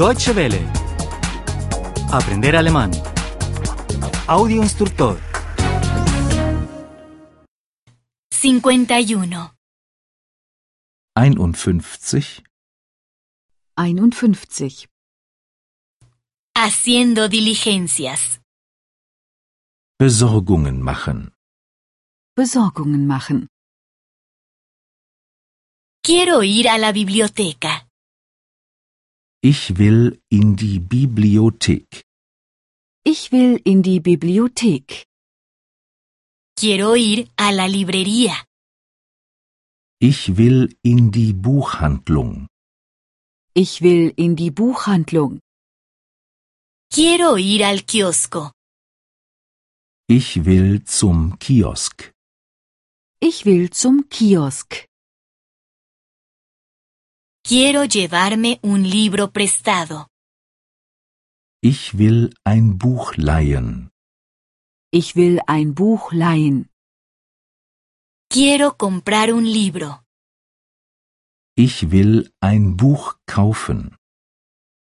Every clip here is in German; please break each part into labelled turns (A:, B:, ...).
A: Deutsche Welle. Aprender alemán. Audio instructor.
B: 51.
C: 51
D: 51.
B: Haciendo diligencias.
C: Besorgungen machen.
D: Besorgungen machen.
B: Quiero ir a la biblioteca.
C: Ich will in die Bibliothek.
D: Ich will in die Bibliothek.
B: Quiero ir a la librería.
C: Ich will in die Buchhandlung.
D: Ich will in die Buchhandlung.
B: Quiero ir al kiosco.
C: Ich will zum Kiosk.
D: Ich will zum Kiosk.
B: Quiero llevarme un libro prestado.
C: Ich will ein Buch leihen.
D: Ich will ein Buch leihen.
B: Quiero comprar un libro.
C: Ich will ein Buch kaufen.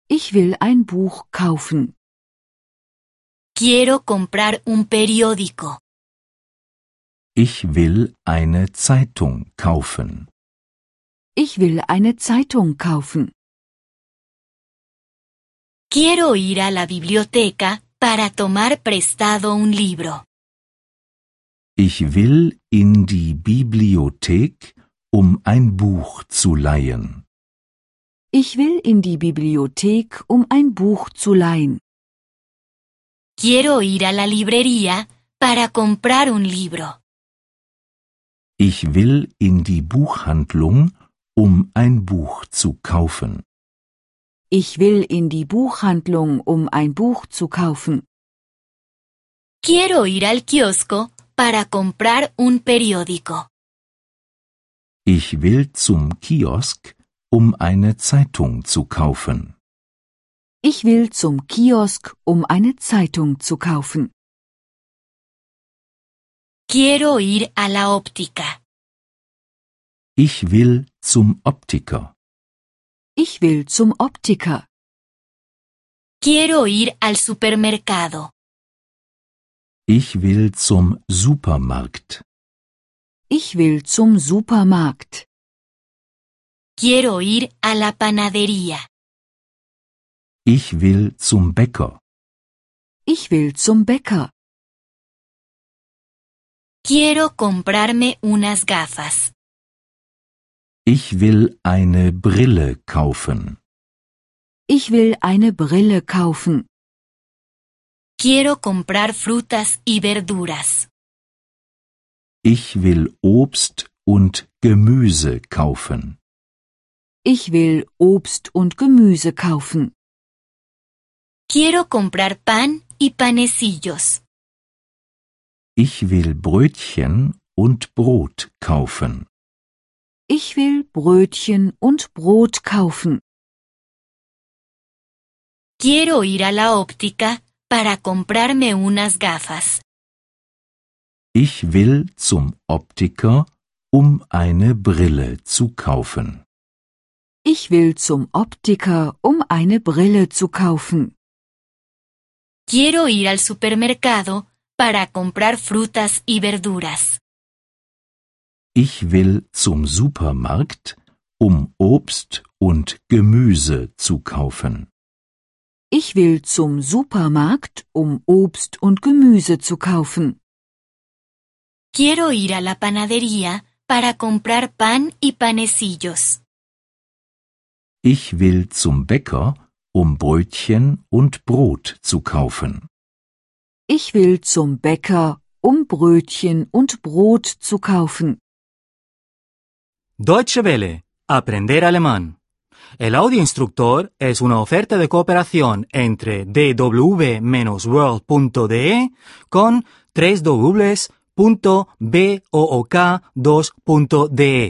D: Ich will ein Buch kaufen.
B: Quiero comprar un periódico.
C: Ich will eine Zeitung kaufen.
D: Ich will eine Zeitung kaufen.
B: Quiero ir a la biblioteca para tomar prestado un libro.
C: Ich will in die Bibliothek, um ein Buch zu leihen.
D: Ich will in die Bibliothek, um ein Buch zu leihen.
B: Quiero ir a la librería para comprar un libro.
C: Ich will in die Buchhandlung, um ein Buch zu kaufen.
D: Ich will in die Buchhandlung, um ein Buch zu kaufen.
B: Quiero ir al kiosco para comprar un periódico.
C: Ich will zum Kiosk, um eine Zeitung zu kaufen.
D: Ich will zum Kiosk, um eine Zeitung zu kaufen.
B: Quiero ir a la óptica.
C: Ich will zum Optiker.
D: Ich will zum Optiker.
B: Quiero ir al supermercado.
C: Ich will zum Supermarkt.
D: Ich will zum Supermarkt.
B: Quiero ir a la panadería.
C: Ich will zum Bäcker.
D: Ich will zum Bäcker.
B: Quiero comprarme unas gafas.
C: Ich will eine Brille kaufen.
D: Ich will eine Brille kaufen.
B: Quiero comprar frutas y verduras.
C: Ich will Obst und Gemüse kaufen.
D: Ich will Obst und Gemüse kaufen.
B: Quiero comprar pan y panecillos.
C: Ich will Brötchen und Brot kaufen.
D: Ich will Brötchen und Brot kaufen.
B: Quiero ir a la óptica para comprarme unas gafas.
C: Ich will zum Optiker, um eine Brille zu kaufen.
D: Ich will zum Optiker, um eine Brille zu kaufen.
B: Quiero ir al supermercado para comprar frutas y verduras.
C: Ich will zum Supermarkt, um Obst und Gemüse zu kaufen.
D: Ich will zum Supermarkt, um Obst und Gemüse zu kaufen.
B: Quiero ir a la panadería para comprar pan y panecillos.
C: Ich will zum Bäcker, um Brötchen und Brot zu kaufen.
D: Ich will zum Bäcker, um Brötchen und Brot zu kaufen.
A: Deutsche Welle. Aprender alemán. El audio instructor es una oferta de cooperación entre dw-world.de con 3 2de